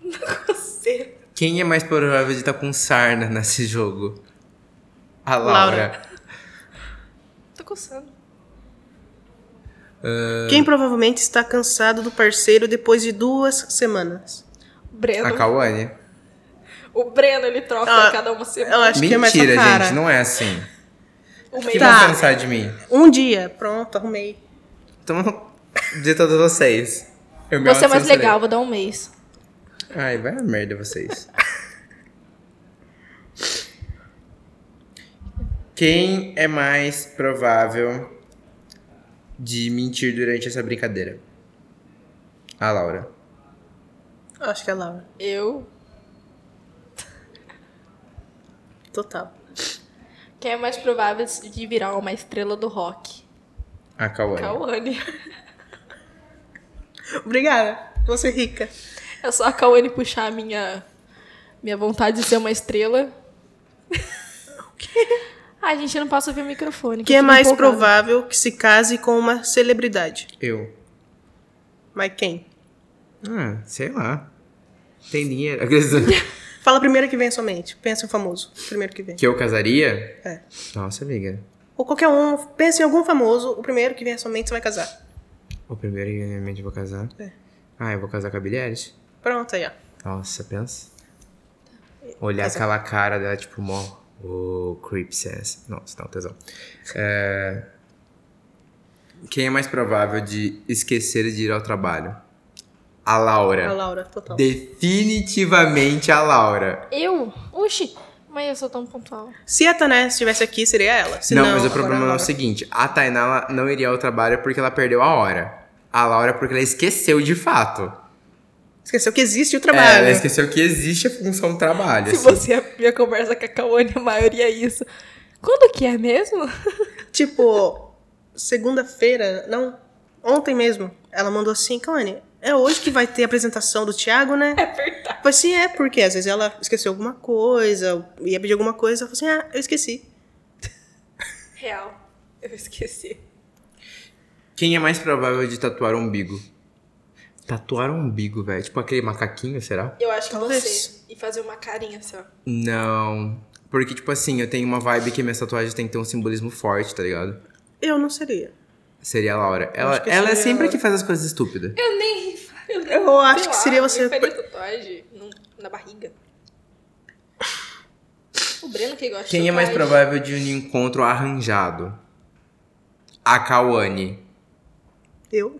C: Não consigo.
A: Quem é mais provável de estar com sarna nesse jogo? A Laura.
B: Laura.
C: Tô coçando.
B: Quem provavelmente está cansado do parceiro depois de duas semanas.
A: A
C: Breno.
A: Kawane.
C: O Breno, ele troca
B: Ah,
C: a cada uma semana. Um
B: Eu acho que é mais
A: Mentira,
B: sua cara.
A: gente, não é assim.
C: O
A: O que
C: meio
B: Tá.
A: vão pensar de mim?
B: Um dia, pronto, arrumei.
A: Então, de todos vocês. Eu me
C: Você é mais
A: autocensurei.
C: legal, vou dar um mês.
A: Ai, vai a merda vocês. Quem é mais provável de mentir durante essa brincadeira? A Laura.
B: Acho que é Laura.
C: Eu.
B: Total.
C: Quem é mais provável de virar uma estrela do rock?
A: A Kawane.
C: Cauane.
B: Obrigada. Você rica.
C: É só a Cauane puxar a minha, minha vontade de ser uma estrela. Ai, gente, eu não posso ouvir o microfone.
B: Quem é
C: eu tô
B: mais
C: empolgada.
B: provável que se case com uma celebridade?
A: Eu.
B: Mas quem?
A: Ah, sei lá. Tem dinheiro. Aqueles
B: Fala primeiro que vem à sua mente. Pensa em um famoso. Primeiro que vem.
A: que eu casaria?
B: É.
A: Nossa, amiga.
B: Ou qualquer um. Pensa em algum famoso. O primeiro que vem à sua mente você vai casar.
A: O primeiro que realmente eu vou casar.
B: É.
A: Ah, eu vou casar com a Billie Eilish.
B: Pronto, aí, ó.
A: Nossa, pensa. Olhar
B: Tá. Casar.
A: aquela cara dela, tipo, mó. Ô, creep sense. Nossa, dá um tesão. É, Quem é mais provável de esquecer de ir ao trabalho? A Laura.
B: A Laura, total.
A: Definitivamente a Laura.
C: Eu? Oxi, mas eu sou tão pontual.
B: Se a Tané estivesse aqui, seria ela. Se
A: não, mas o
B: agora
A: problema
B: a
A: é o
B: Laura.
A: seguinte: a Tainá ela não iria ao trabalho porque ela perdeu a hora. A Laura porque ela esqueceu de fato.
B: Esqueceu que existe
A: É,
B: o trabalho.
A: ela esqueceu que existe a função trabalho.
C: Se
A: assim.
C: você minha conversa com a Cauane, a maioria é isso. Quando que é mesmo?
B: Tipo, segunda-feira, não, ontem mesmo, ela mandou assim, Cone, é hoje que vai ter a apresentação do Thiago, né?
C: É verdade.
B: Falei assim, é, porque às vezes ela esqueceu alguma coisa, ia pedir alguma coisa, ela falou assim, ah, eu esqueci.
C: Real. Eu esqueci.
A: Quem é mais provável de tatuar o umbigo? Tatuar o umbigo, velho. Tipo aquele macaquinho, será?
C: Eu acho que
B: Talvez.
C: você. E fazer uma carinha assim, ó.
A: Não. Porque, tipo assim, eu tenho uma vibe que minhas tatuagens têm que ter um simbolismo forte, tá ligado?
B: Eu não seria.
A: Seria a Laura. Ela,
B: acho que
A: ela é
B: seria a
A: sempre a
B: Laura.
A: que faz as coisas estúpidas.
C: Eu nem. Eu,
B: Eu acho que seria você-
C: Eu faria tatuagem num- na barriga. O Breno que gosta
A: Quem
C: de
A: é mais
C: tatuagem.
A: provável de um encontro arranjado? A Kawane.
B: Eu?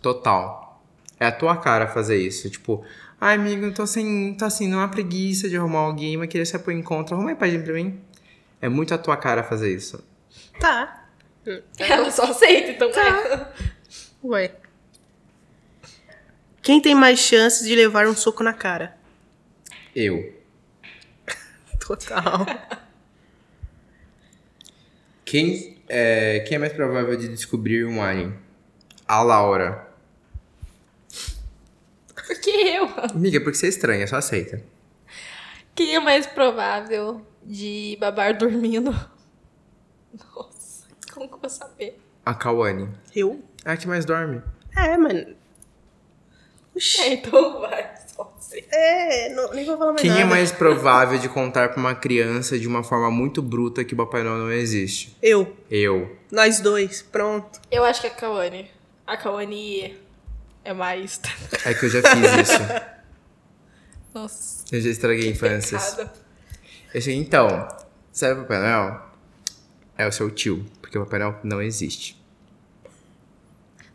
A: Total. É a tua cara fazer isso. Tipo, ai, amigo, eu tô sem. tô assim, numa preguiça de arrumar alguém, mas queria sair pro encontro. Arruma aí pra gente pra mim. É muito a tua cara fazer isso.
B: Tá.
C: Ela só aceita, então
B: Tá. Ué. Quem tem mais chances de levar um soco na cara?
A: Eu.
B: Total.
A: Quem é, quem é mais provável de descobrir um alien? A Laura.
C: Porque eu.
A: Amiga, porque você é estranha, só aceita.
C: Quem é mais provável de babar dormindo? Nossa, como que eu vou saber?
A: A Kawane.
B: Eu?
A: É a que mais dorme.
B: É, mano.
C: É,
B: Oxi.
C: então vai, só sei.
B: É, não- nem vou falar mais
A: Quem
B: nada.
A: é mais provável de contar pra uma criança de uma forma muito bruta que o Papai Noel não existe?
B: Eu.
A: Eu.
B: Nós dois. Pronto.
C: Eu acho que é a Kawane. A Kawane é mais.
A: É que eu já fiz isso.
C: Nossa,
A: Eu já estraguei infâncias.
C: pecado.
A: Eu cheguei, então, sabe o Papai Noel? É o seu tio, porque o Papai Noel não existe.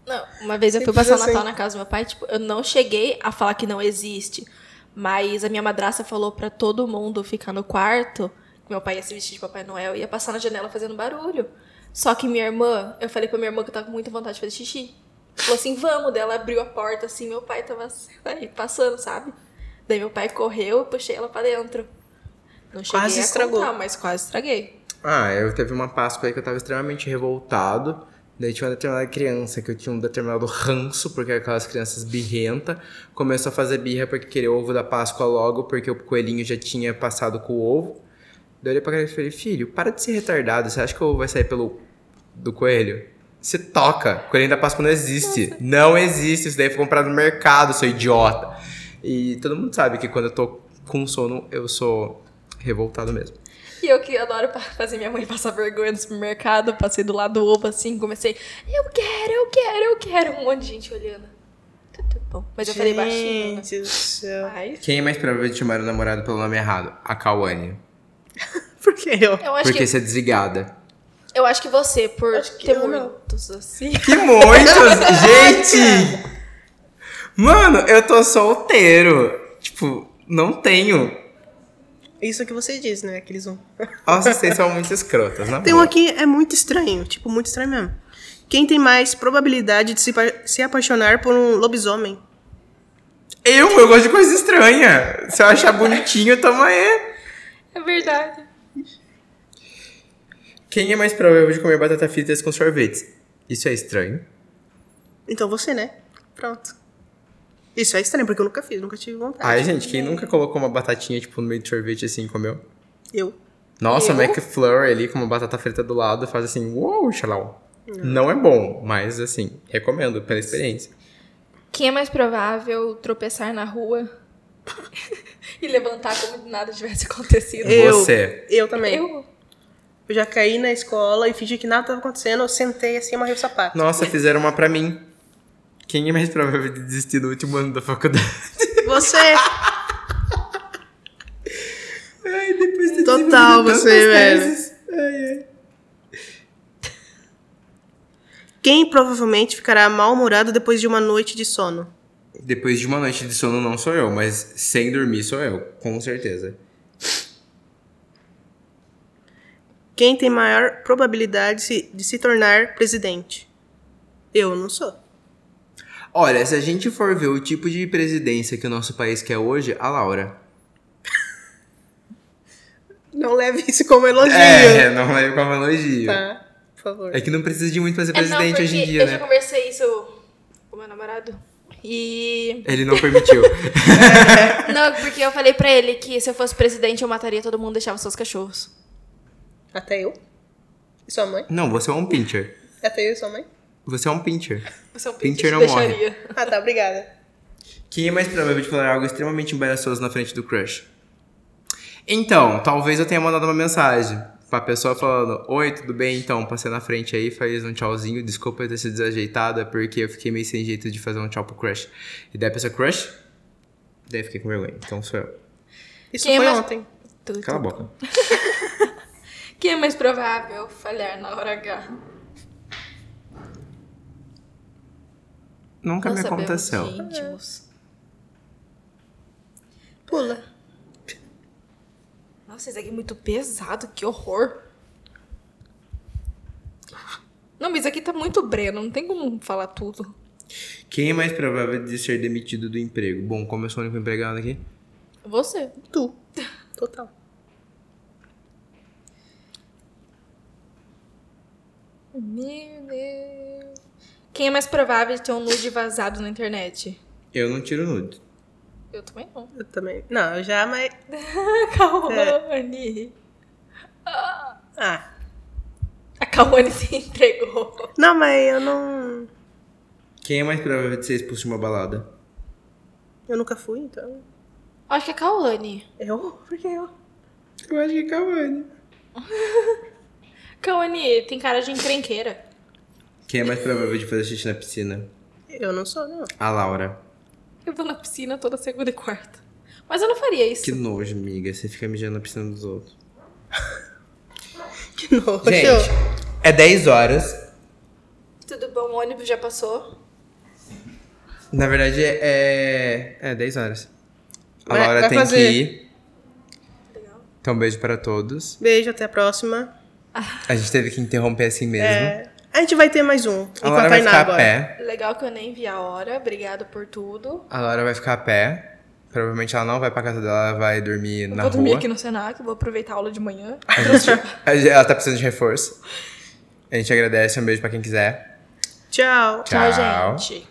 C: Não, uma vez eu fui
B: Simples
C: passar o
B: assim.
C: Natal na casa do meu pai, tipo, eu não cheguei a falar que não existe, mas a minha madrasta falou pra todo mundo ficar no quarto, que meu pai ia se vestir de Papai Noel e ia passar na janela fazendo barulho. Só que minha irmã, eu falei pra minha irmã que eu tava com muita vontade de fazer xixi. Falou assim, vamos, daí ela abriu a porta assim, meu pai tava aí passando, sabe? Daí meu pai correu e puxei ela pra dentro. Não cheguei
B: Quase
C: a
B: estragou.
C: contar, mas quase estraguei.
A: Ah, eu teve uma Páscoa aí que eu tava extremamente revoltado. Daí tinha uma determinada criança que eu tinha um determinado ranço, porque aquelas crianças birrenta começou a fazer birra porque queria o ovo da Páscoa logo, porque o coelhinho já tinha passado com o ovo. Daí eu olhei pra cara e falei, filho, para de ser retardado, você acha que o ovo vai sair pelo... do coelho? Se toca, o coelhinho da Páscoa não existe. Não existe, isso daí foi comprado no mercado, seu idiota. E todo mundo sabe que quando eu tô com sono, eu sou revoltado mesmo.
C: E eu que adoro pa- fazer minha mãe passar vergonha no supermercado, passei do lado do ovo assim, comecei, eu quero, eu quero, eu quero, um monte de gente olhando. Tudo bom. Mas eu falei baixinho. né?
B: Gente do céu.
C: Mas
A: Quem é mais provável de chamar o namorado pelo nome errado? A Kawane.
B: Por que eu?
C: eu acho,
A: Porque
C: que,
A: você é desligada.
C: eu acho que você, por
B: Acho que
C: ter
B: eu não.
C: muitos assim.
A: Que muitos! gente! Mano, eu tô solteiro. Tipo, não tenho.
B: Isso que você diz, né? Aqueles um.
A: Nossa, vocês são muito escrotas, né?
B: Tem um aqui, é muito estranho. Tipo, muito estranho mesmo. Quem tem mais probabilidade de se, pa- se apaixonar por um lobisomem?
A: Eu, eu gosto de coisa estranha. Se eu achar bonitinho, toma aí.
C: É verdade.
A: Quem é mais provável de comer batata fritas com sorvetes? Isso é estranho.
B: Então você, né? Pronto. Isso é estranho, porque eu nunca fiz, nunca tive vontade.
A: Ai, gente, quem nunca colocou uma batatinha, tipo, no meio de sorvete assim e comeu?
B: Eu.
A: Nossa, o
C: Eu?
A: McFlurry ali com uma batata frita do lado faz assim, uou, xalau. Não é bom, mas assim, recomendo pela experiência.
C: Quem é mais provável tropeçar na rua e levantar como se nada tivesse acontecido?
A: Eu.
B: Eu.
A: Você.
B: Eu também. Eu?
C: Eu?
B: já caí na escola e fingi que nada tava acontecendo, eu sentei assim e amarrei o sapato.
A: Nossa, fizeram uma pra mim. Quem é mais provável de desistir do último ano da faculdade?
B: Você. é
A: Ai, depois de
B: Total
A: desenvolver
B: você,
A: tantas
B: velho.
A: teses. Ai, ai.
B: Quem provavelmente ficará mal-humorado depois de uma noite de sono?
A: Depois de uma noite de sono não sou eu, mas sem dormir sou eu, com certeza.
B: Quem tem maior probabilidade se- de se tornar presidente? Eu não sou.
A: Olha, se a gente for ver o tipo de presidência que o nosso país quer hoje, a Laura.
B: Não leve isso como elogio.
A: É, não é como elogio.
B: Tá, por favor.
A: É que não precisa de muito pra ser
C: É, não,
A: presidente
C: porque
A: hoje em dia,
C: eu
A: né?
C: já conversei isso com meu namorado. E
A: Ele não permitiu.
C: Não, porque eu falei pra ele que se eu fosse presidente eu mataria todo mundo e deixava seus cachorros.
B: Até eu? E sua mãe?
A: não, você é um pincher.
B: Até eu e sua mãe?
A: Você é um pincher.
C: Você é um
A: Pincher
C: pincher,
A: não
C: deixaria.
B: Ah, tá, obrigada.
A: Quem é mais provável de falar algo extremamente embaraçoso na frente do crush? Então, talvez eu tenha mandado uma mensagem pra pessoa falando: Oi, tudo bem? Então, passei na frente aí, faz um tchauzinho. Desculpa eu ter sido desajeitada, porque eu fiquei meio sem jeito de fazer um tchau pro crush. E daí a pessoa, crush? Daí eu fiquei com vergonha. Então sou eu.
B: Isso
C: Quem é
B: foi
C: mais-
B: ontem.
C: Tudo.
A: Cala a boca.
C: Quem é mais provável falhar na hora H?
A: Nunca
C: Não
A: me
C: sabemos
A: aconteceu.
C: de íntimos.
B: Pula.
C: Nossa, isso aqui é muito pesado, que horror. Não, mas isso aqui tá muito breno, não tem como falar tudo.
A: Quem é mais provável de ser demitido do emprego? Bom, como eu sou o único empregado aqui.
C: Você.
B: Tu. Total.
C: Meu Deus. Quem é mais provável de ter um nude vazado na internet?
A: Eu não tiro nude.
C: Eu também não.
B: Eu também. Não, eu já, mas.
C: Calma,
B: É.
C: Anne.
B: Ah.
C: A Kawane se entregou.
B: Não, mas eu não.
A: Quem é mais provável de ser expulso de uma balada?
B: Eu nunca fui, então.
C: Acho que é a Kawane.
B: Eu? Por que eu?
A: Eu acho que é Cavani.
C: Kawane tem cara de encrenqueira.
A: Quem é mais provável de fazer xixi na piscina?
B: Eu não sou, não.
A: A Laura.
C: Eu tô na piscina toda segunda e quarta. Mas eu não faria isso.
A: Que nojo, amiga. Você fica mijando na piscina dos outros.
B: Que nojo.
A: Gente, é 10 horas.
C: Tudo bom, o ônibus já passou.
A: Na verdade, é. É 10 horas. A
B: Vai-
A: Laura
B: vai
A: tem
B: fazer.
A: que ir.
C: Legal.
A: Então, beijo para todos.
B: Beijo, até a próxima.
A: A gente teve que interromper assim mesmo.
B: É, a gente vai ter mais um.
A: A Laura
B: Enquanto
A: vai
B: a Iná
A: ficar a
B: agora.
A: pé.
C: Legal que eu nem vi a hora. Obrigado por tudo.
A: A Laura vai ficar a pé. Provavelmente ela não vai pra casa dela, ela vai dormir na
C: vou
A: rua.
C: dormir aqui no Senac, vou aproveitar a aula de manhã.
A: A gente- a gente- ela tá precisando de reforço. A gente agradece, um beijo pra quem quiser.
B: Tchau.
A: Tchau.
C: gente.